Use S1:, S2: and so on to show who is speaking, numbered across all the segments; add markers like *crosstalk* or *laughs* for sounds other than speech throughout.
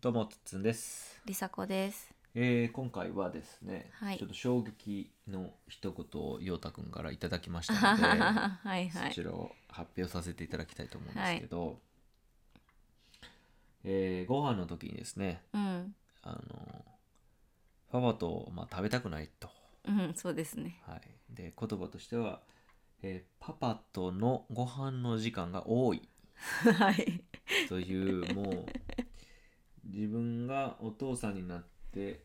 S1: どうもつっつんです、
S2: りさこです。
S1: えー、今回はですね、
S2: はい
S1: ちょっと衝撃の一言を陽太くんからいただきましたので、
S2: *laughs* はいは
S1: そ
S2: い
S1: ち。らを発表させていただきたいと思うんですけど、えー、ご飯の時にですね
S2: うん、
S1: あのパパと、まあ、食べたくないと、
S2: うん、そうです
S1: *laughs*
S2: ね。
S1: はい、で言葉としては、えーパパとのご飯の時間が多い
S2: はい。
S1: というもう自分がお父さんになって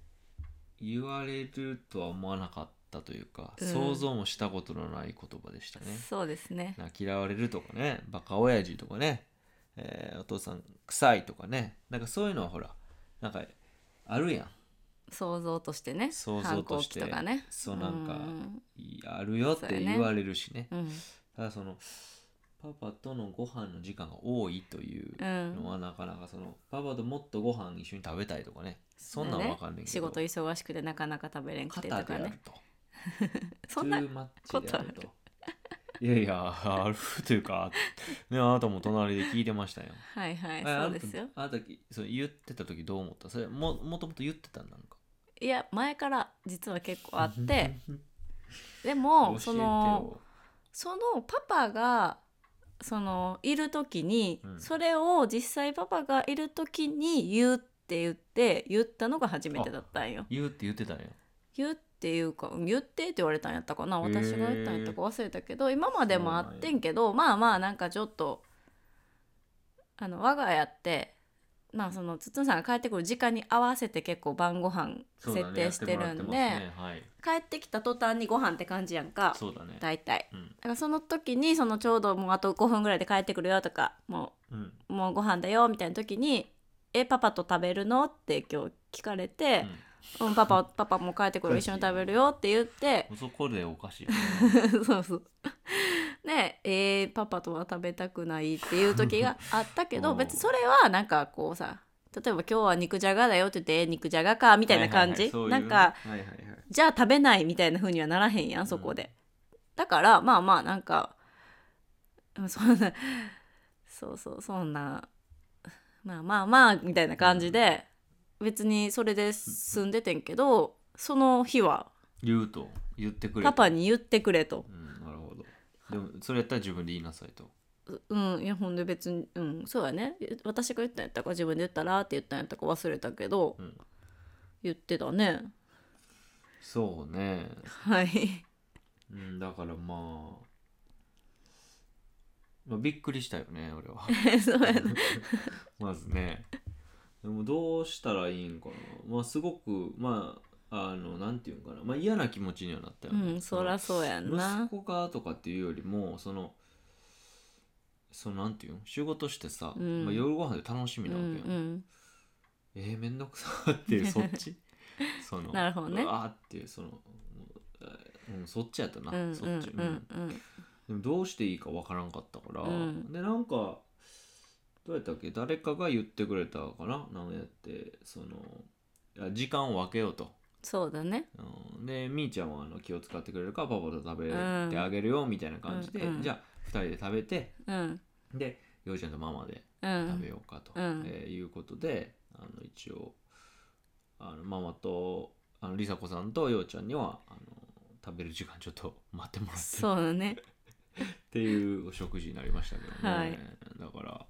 S1: 言われるとは思わなかったというか、
S2: うん
S1: 想像もしたことのない言葉でしたね。
S2: そうですね。
S1: な嫌われるとかねバカ親父とかね、えーお父さん臭いとかねなんかそういうのはほらなんかあるやん
S2: 想像としてね。
S1: 想像として
S2: 反抗期とかね。
S1: そうなんか
S2: うん
S1: いあるよって言われるしね
S2: うん、
S1: ただそのパパとのご飯の時間が多いという
S2: うん
S1: のはなかなかそのパパともっとご飯一緒に食べたいとかねそんなん
S2: ね
S1: わかんないけ
S2: 仕
S1: ど、
S2: 事忙しくてなかなか食べれんくて
S1: 肩
S2: と
S1: で
S2: か
S1: やる
S2: ね。
S1: と
S2: そんな
S1: トゥーマッチでやる
S2: ことあ
S1: といやいやあるというかねあなたも隣で聞いてましたよ
S2: はい *laughs* はい、
S1: あ
S2: そうですよ。
S1: あなたあなたそれ言ってた時どう思ったそれももともと言ってたなんか
S2: いや、前から実は結構あ
S1: *laughs*
S2: って、で
S1: 教えて
S2: も、
S1: よ
S2: その、そのパパがそのいる時に、
S1: うん
S2: それを実際パパがいる時に言うって言って言ったのが初めてだったんよ。
S1: 言うって言ってたんよ
S2: 言うっていうかうん言ってって言われたんやったかな私が言ったんやったか忘れたけど今までもあってんけどまあまあなんかちょっとあの我が家って。まあそのつつんさんが帰ってくる時間に合わせて結構晩ご飯
S1: そうだ
S2: 設
S1: ね
S2: 定してる
S1: やって
S2: ん
S1: も
S2: で、
S1: らってますねはい
S2: 帰ってきた途端にご飯って感じやんか
S1: そうだね
S2: 大体
S1: うん
S2: だからその時にそのちょうどもうあと5分ぐらいで帰ってくるよとかも
S1: うん
S2: うもうご飯だよみたいな時に「えパパと食べるの?」って今日聞かれて「うん、パパパパも帰ってくるよ一緒に食べるよ」って言って
S1: うん、そこでおか
S2: *laughs*
S1: しいよ
S2: そうそうねえーパパとは食べたくない」っていう時があったけ
S1: お
S2: ど
S1: う
S2: 別にそれはなんかこうさ例えば「今日は肉じゃがだよ」って言ってえー「肉じゃがか」みたいな感
S1: は
S2: じ
S1: いはいはいそういうね
S2: なんか
S1: はいはいはい
S2: じゃあ食べないみたいな風にはならへんやんそこで、だからまあまあなんかうんそんなそうそうそんなまあまあまあみたいな感じで、別にそれで済んでてんけどその日は
S1: 言うと言ってくれと
S2: パパに言ってくれと
S1: うんなるほどでもそれやったら自分で言いなさいと
S2: ううんいやほんで別にうんそうやね私が言ったんやったか自分で言ったらって言ったんやったか忘れたけど、
S1: うん
S2: 言ってたね
S1: そうね
S2: はい
S1: う
S2: *laughs*
S1: んだからまあまあ、びっくりしたよね
S2: *laughs*
S1: 俺は
S2: そうやな
S1: まずねでもどうしたらいいんかなまあすごくまああのなんていうんかなまあ嫌な気持ちにはなったよ
S2: う
S1: ね、
S2: んそらそうやんな
S1: 息子がとかっていうよりもそのそのなんていうん仕事してさ、
S2: うん
S1: まあ、夜ご飯で楽しみなわけやん、
S2: うん
S1: えー、めんどくさっていうそっ
S2: *laughs*
S1: ちその
S2: なるほどね
S1: うわーっていうその、うんうん、そっちやったな、
S2: うんうん
S1: そっち、うんでもどうしていいかわからんかったから、
S2: うん
S1: でなんかどうやったっけ誰かが言ってくれたかななんやってそのあ時間を分けようと、
S2: そうだね
S1: うん、でみーちゃんはあの気を使ってくれるからパパと食べてあげるよみたいな感じで、
S2: うんうん
S1: じゃあ2人で食べて
S2: うん
S1: でようちゃんとママで
S2: う
S1: 食べ
S2: ん
S1: ようかと、
S2: うん
S1: えーいうことであの一応あのママとあのりさこさんとようちゃんにはあの食べる時間ちょっと待ってもらって
S2: そうだね
S1: っていうお食事になりましたけどね、
S2: はい
S1: だから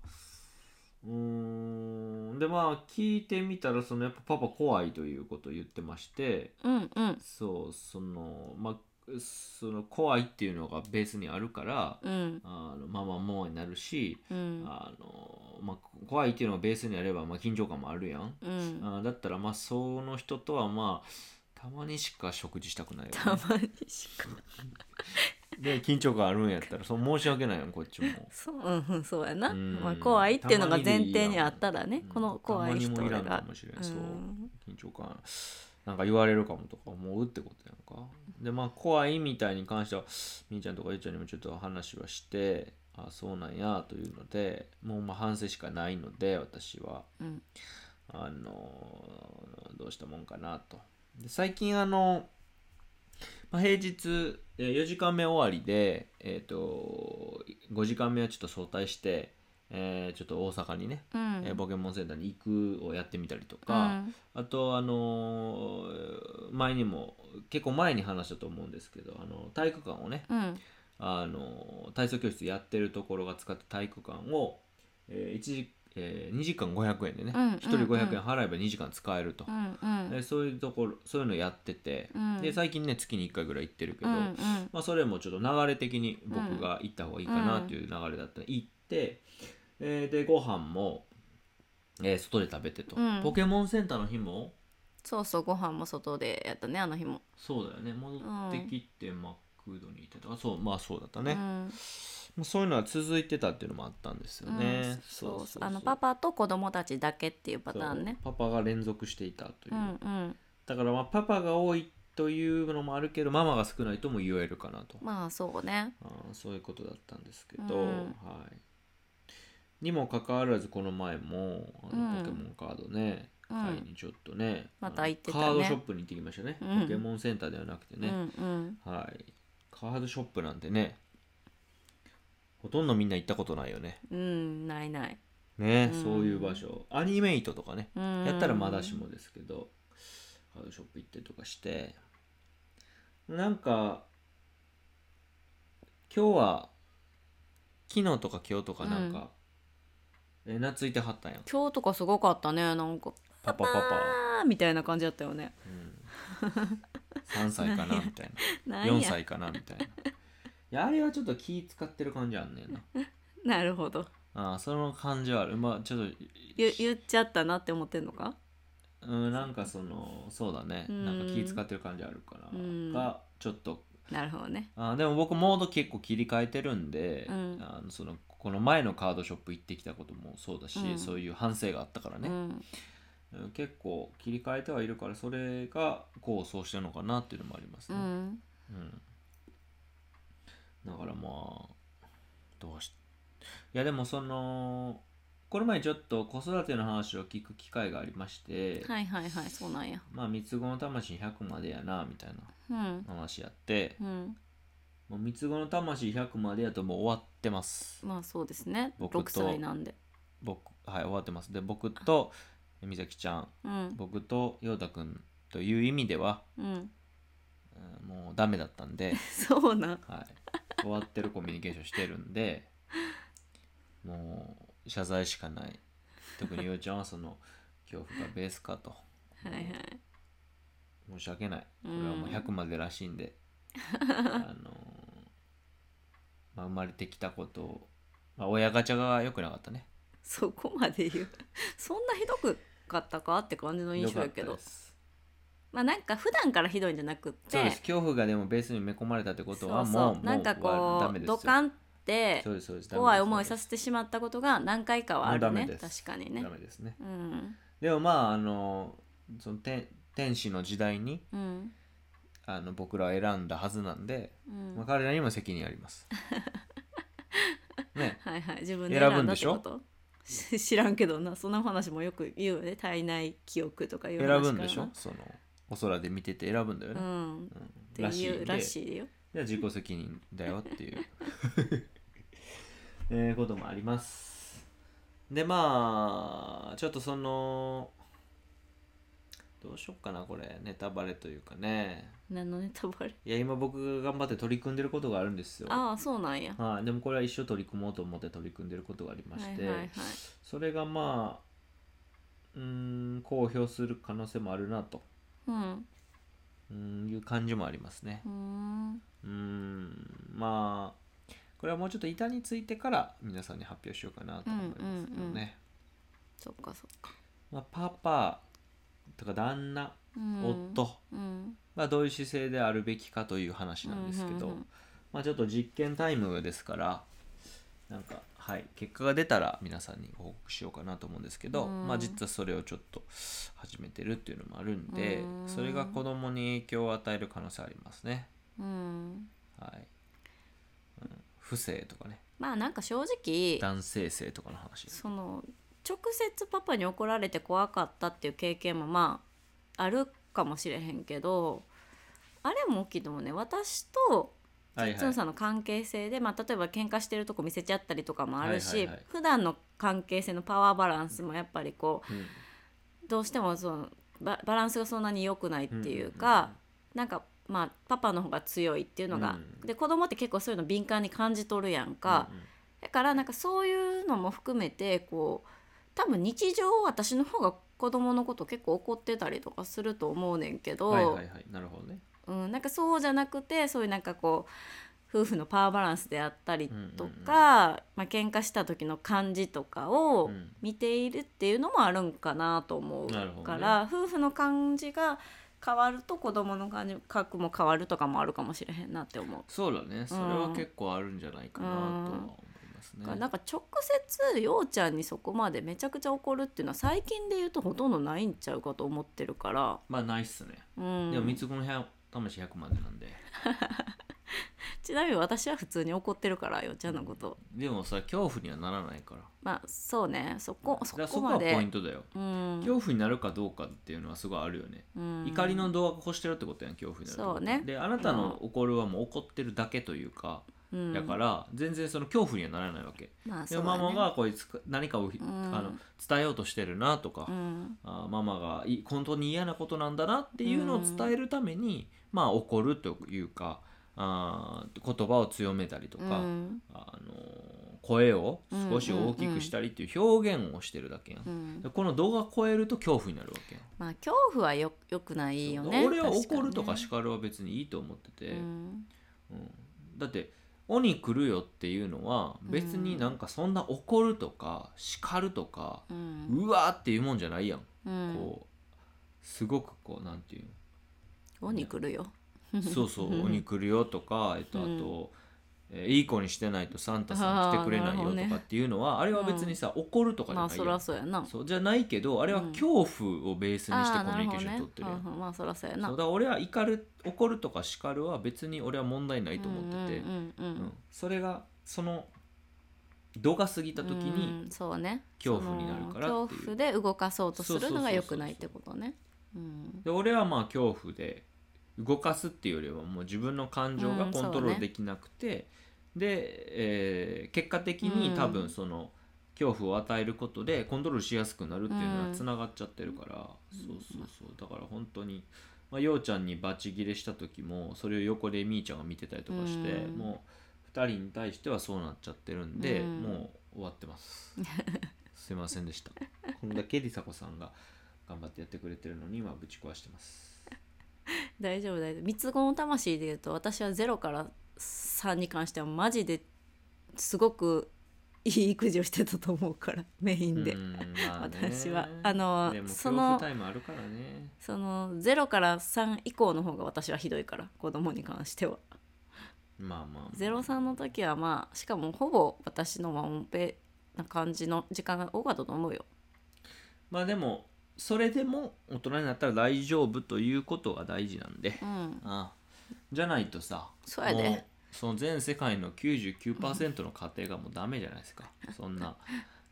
S1: うーんでまあ聞いてみたらそのやっぱパパ怖いということを言ってまして
S2: うんうん
S1: そうそのまあその怖いっていうのがベースにあるから
S2: うん
S1: あのママもになるし、
S2: うん
S1: あのまあ、怖いっていうのがベースにあれば、まあ、緊張感もあるやん、
S2: うん
S1: あだったらまあその人とはまあたまにしか食事したくないよね
S2: たまにしか
S1: で緊張感あるんやったらそう申し訳ないよこっちも。
S2: そううんうんそうやな
S1: うん
S2: まあ怖いっていうのが前提にあったらね
S1: うん
S2: この怖い人
S1: たまにもいらんか
S2: が
S1: もしれん
S2: う
S1: そうん緊張感なんか言われるかもとか思うってことやんかでまあ怖いみたいに関してはみーちゃんとかゆうちゃんにもちょっと話はしてあそうなんやというのでもうまあ反省しかないので私は
S2: うん
S1: あのどうしたもんかなとで最近あの、まあ、平日えー4時間目終わりで、えー、と5時間目はちょっと早退して、えーちょっと大阪にね、
S2: うん
S1: えーポケモンセンターに行くをやってみたりと
S2: う
S1: か、
S2: ん
S1: あとあのー前にも結構前に話したと思うんですけどあの体育館をね、
S2: うん
S1: あのー体操教室やってるところが使った体育館を、えー一時えー2時間500円でね、
S2: うんうん
S1: 1人500円払えば2時間使えると
S2: う、んうん
S1: えーそういうところそういうのやってて、
S2: うん
S1: で最近ね月に1回ぐらい行ってるけど、
S2: うんうん
S1: まあ、それもちょっと流れ的に僕が行った方がいいかなという流れだったので、行って、えーでご飯も、えー外で食べてと、
S2: うん
S1: ポケモンセンターの日も
S2: そうそうご飯も外でやったねあの日も
S1: そうだよね戻ってきてマクドに行ってとかそうまあそうだったね、
S2: う
S1: も
S2: ん
S1: うそういうのは続いてたっていうのもあったんですよね、
S2: う
S1: そ
S2: ん
S1: うそうそう
S2: あのパパと子供たちだけっていうパターンね
S1: そうパパが連続していたという、
S2: うんうん
S1: だからまあパパが多いというのもあるけどママが少ないとも言えるかなと
S2: まあそうね
S1: あーそういうことだったんですけど、
S2: うん
S1: はい、にもかかわらずこの前もあの
S2: うん
S1: ポケモンカードね、
S2: うん
S1: 買いにちょっとね、
S2: また
S1: あの
S2: 行ってたね
S1: カードショップに行ってきましたね、
S2: うん
S1: ポケモンセンターではなくて
S2: う
S1: ね、
S2: んうん
S1: はい、カードショップなんてねほとんどみんな行ったことないよね
S2: うんないない
S1: ね、
S2: うん
S1: そういう場所アニメイトとかね
S2: うん
S1: やったらまだしもですけど、カードショップ行ったりとかしてなんか今日は昨日とか今日とかなんか、え懐いてはったんやん
S2: 今日とかすごかったねなんか
S1: パパパ
S2: あーみたいな感じだったよね
S1: パ、うん、3歳かなみたいな
S2: なん
S1: 4
S2: や
S1: 歳かなみたいないやあれはちょっと気使ってる感じあんねんな
S2: なるほど
S1: あーその感じはあるまあちょっと
S2: ゆ言っちゃったなって思ってんのか
S1: うん、なんかそのそうだね
S2: うん
S1: なんか気使ってる感じあるから
S2: うん
S1: がちょっと
S2: なるほどね
S1: あーでも僕モード結構切り替えてるんで、
S2: うん
S1: あのそのこの前のカードショップ行ってきたこともそうだし、
S2: うん
S1: そういう反省があったから
S2: う
S1: ね、
S2: ん
S1: うん結構切り替えてはいるからそれが功を奏してるのかなっていうのもあります
S2: う
S1: ね、
S2: ん
S1: うんだからまあどうしいやでもそのこの前ちょっと子育ての話を聞く機会がありまして、
S2: はいはいはいそうなんや
S1: まあ三つ子の魂100までやなみたい
S2: うん
S1: な話やって、
S2: うん
S1: もう三つ子の魂100までやともう終わってます
S2: まあそうですね
S1: 僕と
S2: 6歳なんで
S1: 僕はい終わってますで僕と美咲ちゃん
S2: うん
S1: 僕と陽太くんという意味では、
S2: うん
S1: う
S2: *laughs*
S1: んもうダメだったんで、
S2: そうなん
S1: はい、終わってるコミュニケーションしてるんでもう謝罪しかない特に陽ちゃんはその恐怖がベースかと
S2: はいはい
S1: 申し訳ないこれはもう100までらしいん
S2: *laughs*
S1: で、あのまあ、生まれてきたことを、まあ、親ガチャが良くなかったね
S2: そこまで言う *laughs* そんなひどくかったかって感じの印象やけ
S1: 良か
S2: ど
S1: ったです
S2: まあなんか普段からひどいんじゃなくって
S1: そうです恐怖がでもベースに埋め込まれたってことはもうもう
S2: なんか
S1: ダ
S2: こ
S1: メで
S2: う
S1: す
S2: ドカンって
S1: そうですそうです
S2: 怖い思いさせてしまったことが何回かはあ
S1: も
S2: る
S1: うダメ
S2: ね
S1: で
S2: 確
S1: す
S2: かに
S1: ね
S2: ね
S1: ダメですね
S2: うん
S1: でもまああのその天天使の時代に
S2: うん
S1: あの僕らを選んだはずなんで、
S2: うん
S1: まあ、彼らにも責任あります
S2: *laughs*
S1: ね
S2: はいはい自分で選
S1: 選ぶ
S2: ん
S1: んで
S2: だって
S1: しょ
S2: ことし *laughs* 知らんけどなそんな話もよく言うよね体内記憶とかいう
S1: 選
S2: 話からな
S1: ぶんでしょそのお空で見てて選ぶんだよ
S2: う
S1: ね、
S2: ん
S1: うん
S2: って
S1: らしい
S2: い
S1: ん
S2: う
S1: で
S2: らしいよ
S1: じゃあ自己責任だよっていう、 *laughs* えーこともありますでまあちょっとそのどうしよっかなこれネタバレというかね
S2: 何のネタバレ
S1: いや今僕が頑張って取り組んでることがあるんですよ
S2: ああそうなんや
S1: はい、でもこれは一生取り組もうと思って取り組んでることがありま
S2: はい
S1: し
S2: は
S1: て、
S2: いはい
S1: それがまあうーん公表する可能性もあるなと
S2: うん
S1: うんいう感じもありますね
S2: うーん
S1: うーんまあこれはもうちょっと板についてから皆さんに発表しようかなと思いますけどね、
S2: うんうんうんそっかそっか
S1: まあ、パパとか旦那、
S2: うん
S1: 夫、
S2: うん
S1: まあ、どういう姿勢であるべきかという話なんですけど、
S2: うんうんうん
S1: まあ、ちょっと実験タイムですからなんかはい結果が出たら皆さんにご報告しようかなと思うんですけど、
S2: うん
S1: まあ、実はそれをちょっと始めてるっていうのもあるんで、
S2: うん
S1: それが子供に影響を与える可能性ありますね。
S2: うん
S1: はいうん不正とかね
S2: まあなんか正直
S1: 男性性とかの話
S2: その直接パパに怒られて怖かったっていう経験もまああるかもしれへんけどあれも大きいと思うね私と
S1: はい
S2: つ
S1: は
S2: ん
S1: い
S2: さんの関係性で、まあ、例えば喧嘩してるとこ見せちゃったりとかもある
S1: はい
S2: し、
S1: はいはい
S2: 普段の関係性のパワーバランスもやっぱりこ
S1: うん
S2: うどうしてもそのババランスがそんなに良くないっていうか、なんかまあパパの方が強いっていうのが、
S1: うん
S2: で子供って結構そういうの敏感に感じ取るやんか、
S1: うんうん
S2: だからなんかそういうのも含めてこう多分日常私の方が子供のこと結構怒ってたりとかすると思うねんけど、
S1: はいはいはいなるほどね
S2: うん、なんかそうじゃなくてそういうなんかこう夫婦のパワーバランスであったりとか、
S1: うんうんうん
S2: まあ喧嘩した時の感じとかを
S1: うん
S2: 見ているっていうのもあるんかなと思う
S1: なるほどね
S2: から、夫婦の感じが変わると子供の感じ覚も変わるとかもあるかもしれへんなって思う。
S1: そうだねそれは結構あるんじゃないかなとは思いますね、
S2: なんか直接ようちゃんにそこまでめちゃくちゃ怒るっていうのは最近で言うとほとんどないんちゃうかと思ってるから、
S1: まあないっすね、
S2: うん、
S1: でも三つ子の部屋魂100までなんで
S2: ちなみに私は普通に怒ってるからようちゃんのこと。
S1: でもさ恐怖にはならないから
S2: まあそうねそこ
S1: だ
S2: そ
S1: から
S2: こ
S1: そこは
S2: まで
S1: ポイントだよ
S2: うん
S1: 恐怖になるかどうかっていうのはすごいあるよね、
S2: うん
S1: 怒りの度合いが欲してるってことやん恐怖になるってこと
S2: そうね
S1: であなたの怒るはもう怒ってるだけというか、
S2: うん
S1: だから全然その恐怖にはならないわけ、
S2: まあ
S1: で
S2: そう
S1: も
S2: だ
S1: マ
S2: ね
S1: マがこいつ何かを、
S2: ん
S1: あの伝えようとしてるなとか、
S2: うん
S1: あーママがい本当に嫌なことなんだなっていうのを伝えるために、まあ怒るというかあー言葉を強めたりと
S2: う
S1: か、
S2: ん
S1: あのー声を少し大きくしたりっていう表現をしてるだけやん、
S2: うん
S1: でこの動画を超えると恐怖になるわけやん
S2: まあ恐怖はよよくないよね
S1: 俺は怒るとか
S2: 確
S1: 叱るは別にいいと思ってて、
S2: にうん
S1: うんだって鬼来るよっていうのは別になんかそんな怒るとか叱るとか、
S2: うん
S1: うわーっていうもんじゃないやん、
S2: うん
S1: こうすごくこうなんていうの
S2: 鬼来るよ *laughs*
S1: そうそう「鬼来るよ」とか、えっと、あ
S2: うん
S1: と、えーいい子にしてないとサンタさん来てくれない
S2: あーなる
S1: よ」
S2: ほど
S1: と
S2: ね
S1: かっていうのはあれは別にさ、怒るとかじゃ
S2: まあ
S1: ない
S2: そ
S1: よ、
S2: らそうやな
S1: そうじゃないけどあれは恐怖をベースにして
S2: あ
S1: コ
S2: あ
S1: ミ
S2: な
S1: ュニケー
S2: るほど
S1: ション
S2: ね
S1: 取ってるやん、
S2: うんうんまあそらそうやな
S1: そううだから俺は怒る怒るとか叱るは別に俺は問題ないと思ってて、
S2: んうんうんうん
S1: うんそれがその度が過ぎた時に
S2: うんそうね
S1: 恐怖になるからっていう
S2: その恐怖で動かそうとするのが良くないってことねうん
S1: で俺はまあ恐怖で動かすっていうよりはもう自分の感情がコントロールできなくて、で、えー結果的に多分その恐怖を与えることでコントロールしやすくなるっていうのはつながっちゃってるから、そうそうそうだから本当に。まあ、ようちゃんにバチギレした時もそれを横でみーちゃんが見てたりとかして、
S2: うん
S1: もう2人に対してはそうなっちゃってるんで、
S2: うん
S1: もう終わってます
S2: *laughs*
S1: すいませんでしたこんだけりさこさんが頑張ってやってくれてるのに今ぶち壊してます
S2: 大丈夫大丈夫三つ子の魂で言うと私は0から3に関してはマジですごくいい育児をしてたと思うからメインで、
S1: うーんまあね
S2: 私はあの
S1: でも
S2: そ
S1: 恐
S2: の
S1: 怖タイムあるからね
S2: その0から3以降の方が私はひどいから子供に関しては
S1: まあまあ
S2: 03の時はまあしかもほぼ私のワンペな感じの時間が多かったと思うよ
S1: まあでもそれでも大人になったら大丈夫ということが大事なんで、
S2: うん
S1: ああじゃないとさ
S2: そうやで
S1: もうその全世界の99%の家庭がもうダメじゃないですかそんな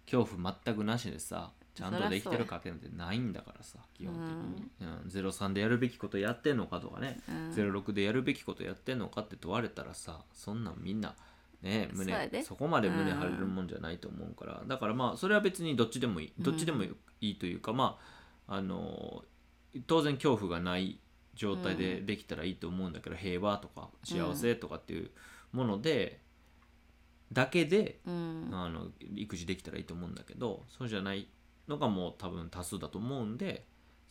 S1: 恐怖全くなしでさちゃんとできてる家庭なんてないんだからさ基本的に、うん03でやるべきことやってんのかとかね、
S2: うん
S1: 06でやるべきことやってんのかって問われたらさそんなんみんなね胸
S2: そうやで
S1: そこまで胸張れるもんじゃないと思うから、だからまあそれは別にどっちでもいいどっちでもいいというか、まああの当然恐怖がない状態でできたらいいと思うんだけど、平和とか幸せとかっていうもので、だけで
S2: うん
S1: あの育児できたらいいと思うんだけどそうじゃないのがもう多分多数だと思うんで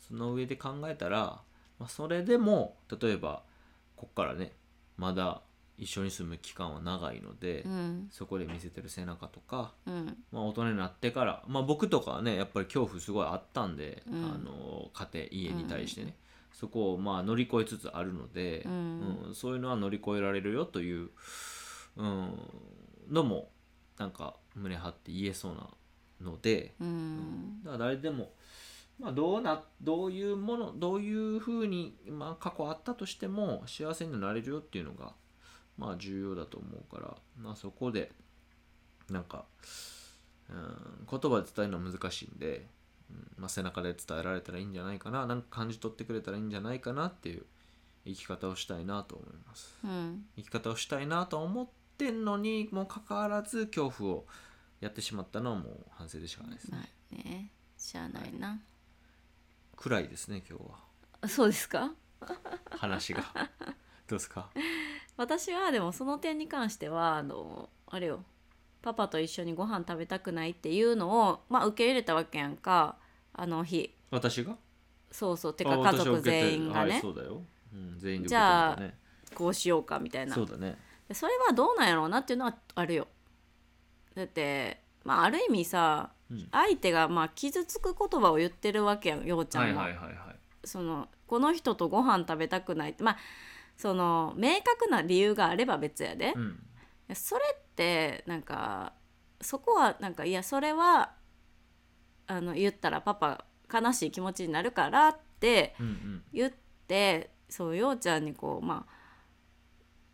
S1: その上で考えたら、まあ、それでも例えばこっからねまだ一緒に住む期間は長いので、
S2: うん
S1: そこで見せてる背中とか、
S2: うん
S1: まあ、大人になってから、まあ、僕とかはねやっぱり恐怖すごいあったんで、
S2: うん
S1: あの家庭家に対してね、そこをまあ乗り越えつつあるので、
S2: うん
S1: うんそういうのは乗り越えられるよという、うん、のもなんか胸張って言えそうなので、
S2: う
S1: うん
S2: ん
S1: だから誰でも、まあ、どうなどういうものどういうふうに、まあ、過去あったとしても幸せになれるよっていうのが、まあ、重要だと思うから、まあ、そこでなんか、うん、言葉で伝えるのは難しいんで、うんまあ、背中で伝えられたらいいんじゃないかななんか感じ取ってくれたらいいんじゃないかなっていう生き方をしたいなと思います
S2: うん
S1: 生き方をしたいなと思ってんのにもかかわらず恐怖をやってしまったのはもう反省でしかないですね
S2: まあねしゃあないな、
S1: 暗いですね今日は
S2: あそうですか
S1: 話が *laughs* どうですか
S2: 私はでもその点に関してはあのあれよパパと一緒にご飯食べたくないっていうのを、まあ、受け入れたわけやんかあの日
S1: 私が
S2: そうそうて
S1: あ
S2: か家
S1: 私は
S2: 族
S1: 受けて
S2: 全員がね、
S1: はい、そうだよ、うん、全員で受け
S2: じ
S1: て
S2: ゃあ
S1: たね
S2: こうしようかみたいな
S1: そうだね
S2: でそれはどうなんやろうなっていうのはあるよだってまあある意味さ、
S1: うん
S2: 相手がまあ傷つく言葉を言ってるわけやんようちゃん
S1: はいは
S2: も、
S1: いはいはい
S2: そのこの人とご飯食べたくないってまあその明確な理由があれば別やで、
S1: うん
S2: それってなんかそこはなんかいやそれはあの言ったらパパ悲しい気持ちになるからって
S1: うんうん
S2: 言ってそうようちゃんにこうま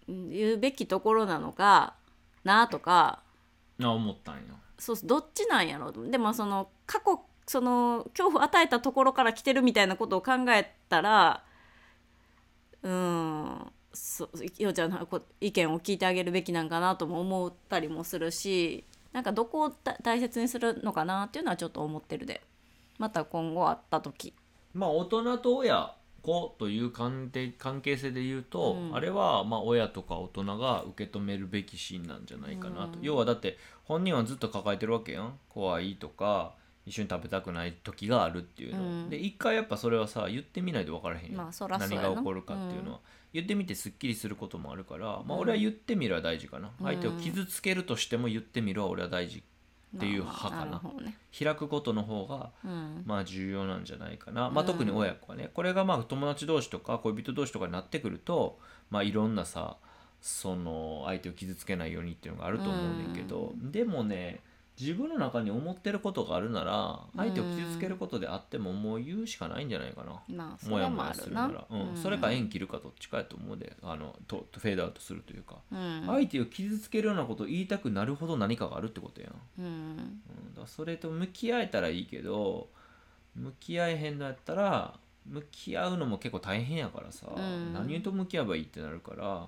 S2: あん言うべきところなのかなとか
S1: あ思ったんや
S2: そうそうどっちなんやろでもその過去その恐怖与えたところから来てるみたいなことを考えたらうーんそうようちゃんのこ意見を聞いてあげるべきなんかなとも思ったりもするしなんかどこを大大切にするのかなっていうのはちょっと思ってるでまた今後会った時
S1: まあ大人と親子という関係関係性で言うと、
S2: うん
S1: あれはまあ親とか大人が受け止めるべきシーンなんじゃないかなと、
S2: うん
S1: 要はだって本人はずっと抱えてるわけやん怖いとか一緒に食べたくない時があるっていうの、
S2: うん
S1: で一回やっぱそれはさ言ってみないと分からへんやん、
S2: まあそらそう
S1: 何
S2: やな
S1: が起こるかっていうのは、言ってみてすっきりすることもあるから、まあ、俺は言ってみるは大事かな、
S2: うん
S1: 相手を傷つけるとしても言ってみるは俺は大事っていう派かな
S2: まあまあるほどね
S1: 開くことの方が
S2: うん
S1: まあ重要なんじゃないかな、まあ、
S2: うん
S1: 特に親子はね、これがまあ友達同士とか恋人同士とかになってくると、まあ、いろんなさその相手を傷つけないようにっていうのがあると思うねんだけど、でもね自分の中に思ってることがあるなら相手を傷つけることであってももう言うしかないんじゃないかな。
S2: まあそ
S1: も
S2: れ
S1: や
S2: も
S1: も
S2: あ
S1: や
S2: る
S1: する
S2: な
S1: なら、うんそれか縁切るかどっちかやと思うであのととフェードアウトするというか、
S2: うん
S1: 相手を傷つけるようなことを言いたくなるほど何かがあるってことやん。
S2: うん
S1: うん、だからそれと向き合えたらいいけど向き合えへんのやったら向き合うのも結構大変やからさ、
S2: うん
S1: 何と向き合えばいいってなるから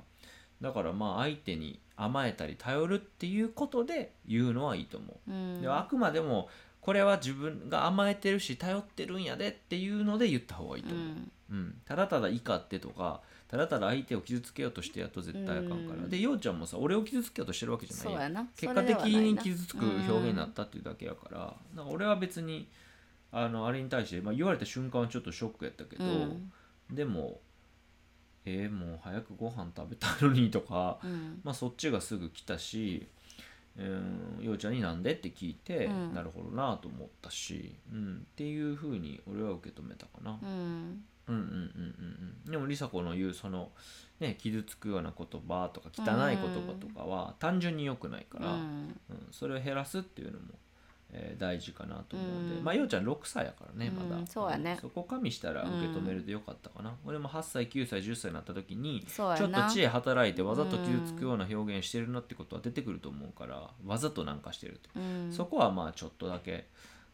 S1: だからまあ相手に甘えたり頼るっていうことで言うのはいいと思
S2: う
S1: う、
S2: ん
S1: であくまでもこれは自分が甘えてるし頼ってるんやでっていうので言った方がいいうと思う、うん
S2: ん
S1: ただただ怒ってとかただただ相手を傷つけようとしてやっと絶対あかんから、
S2: うん
S1: でようちゃんもさ俺を傷つけようとしてるわけじゃない
S2: そう
S1: やん
S2: やな
S1: 結果的に
S2: それではないな
S1: 傷つく表現になったっていうだけやからなんか俺は別にあのあれに対して、まあ、言われた瞬間はちょっとショックやったけど、
S2: うん
S1: でもえー、もう早くご飯食べたのにとか、
S2: うん
S1: まあ、そっちがすぐ来たし、うん、ようちゃんになんでって聞いて、
S2: うん
S1: なるほどなと思ったし、うん、っていうふうに俺は受け止めたかな。
S2: うん
S1: うんうんうんうんうんでも梨紗子の言うその、ね、傷つくような言葉とか汚い言葉とかは単純に良くないから、
S2: うん
S1: うん、それを減らすっていうのも、えー大事かなと思うんで、
S2: うん
S1: まあようちゃん6歳やからねまだ、
S2: うんそうやね
S1: んそこ加味したら受け止めるでよかったかな、俺も8歳9歳10歳になった時に
S2: そう
S1: ちょ
S2: や
S1: っと
S2: な
S1: 知恵働いてわざと傷つくような表現してるなってことは出てくると思うから、わざとなんかしてるって、
S2: うん
S1: そこはまあちょっとだけ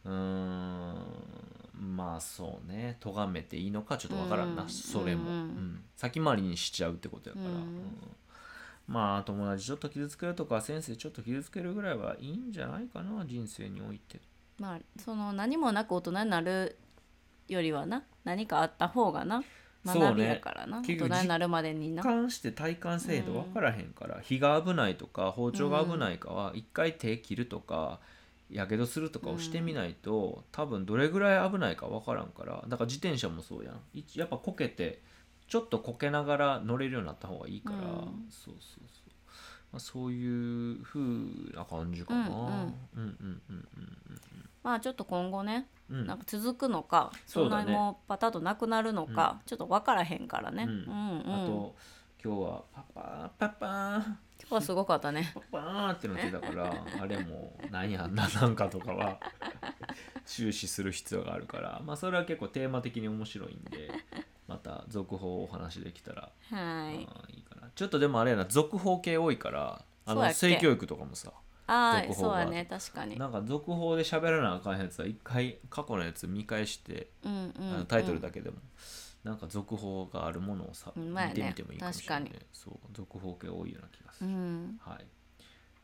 S1: うーんまあそうね咎めていいのかちょっとわからんな、
S2: うん
S1: それも、
S2: うん
S1: うん先回りにしちゃうってことやから、
S2: うん
S1: うんまあ友達ちょっと傷つけるとか先生ちょっと傷つけるぐらいはいいんじゃないかな人生において
S2: まあその何もなく大人になるよりはな何かあった方がな
S1: そうね
S2: 学びやからな、
S1: 結
S2: 大
S1: 局
S2: 人になるまでにな
S1: 体感して体感制度分からへんから、火が危ないとか包丁が危ないかは一回手切るとかやけどするとかをしてみないと、多分どれぐらい危ないか分からんからだから自転車もそうやん一やっぱこけてちょっとこけながら乗れるようになった方がいいから、
S2: うん
S1: そうそうそう、まあ、そういう風な感じかな、
S2: う
S1: うん、
S2: ん
S1: うんうんうん
S2: まあちょっと今後ね
S1: うん
S2: なんか続くのか、そんな
S1: そうだね
S2: にもうパタッとなくなるのか、ちょっと分からへんからね、
S1: う
S2: うんんうん、
S1: あと今日はパパパパー
S2: 今日はすごかったね
S1: パパーンってなってたからあれもなんやあんななんかとか
S2: *laughs*
S1: は注視する必要があるからまあそれは結構テーマ的に面白いんでまた続報をお話できたら、
S2: はいい
S1: い、いいかなちょっとでもあれやな続報系多いからあ
S2: そう
S1: の
S2: やっけ
S1: 性教育とかもさ
S2: ああ
S1: 続報
S2: そう
S1: が
S2: やね確かに
S1: なんか続報で喋らなあかんやつは一回過去のやつ見返して、
S2: うんうん、
S1: あのタイトルだけでもなんか続報があるものをさ、
S2: うんまあね
S1: 見てみてもいいかもしれない、ね
S2: 確か
S1: そう続報系多いような気がす
S2: う
S1: る、
S2: ん
S1: はい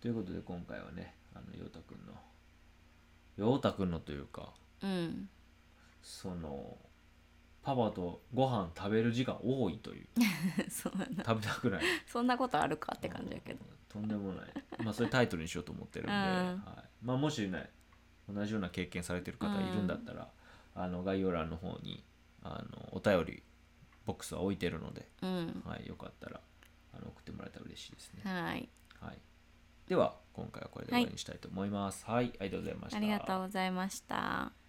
S1: ということで今回はねあの陽太くんの陽太くんのというか
S2: うん *laughs*
S1: そのパパとご飯食べる時間多いと
S2: *laughs*
S1: いう
S2: そうやな
S1: 食べたくない
S2: そんなことあるかって感じやけど
S1: うんとんでもないまあそれタイトルにしようと思ってるんで、
S2: うん
S1: はい、まあもしね同じような経験されてる方いるんだったら、あの概要欄の方にあのお便りボックスは置いてるので、
S2: うん
S1: はい、よかったらあの送ってもらえたら嬉しいですね、
S2: はい
S1: はい、では今回はこれで終わりにしたいと思いますはい、ありがとうございました
S2: ありがとうございました。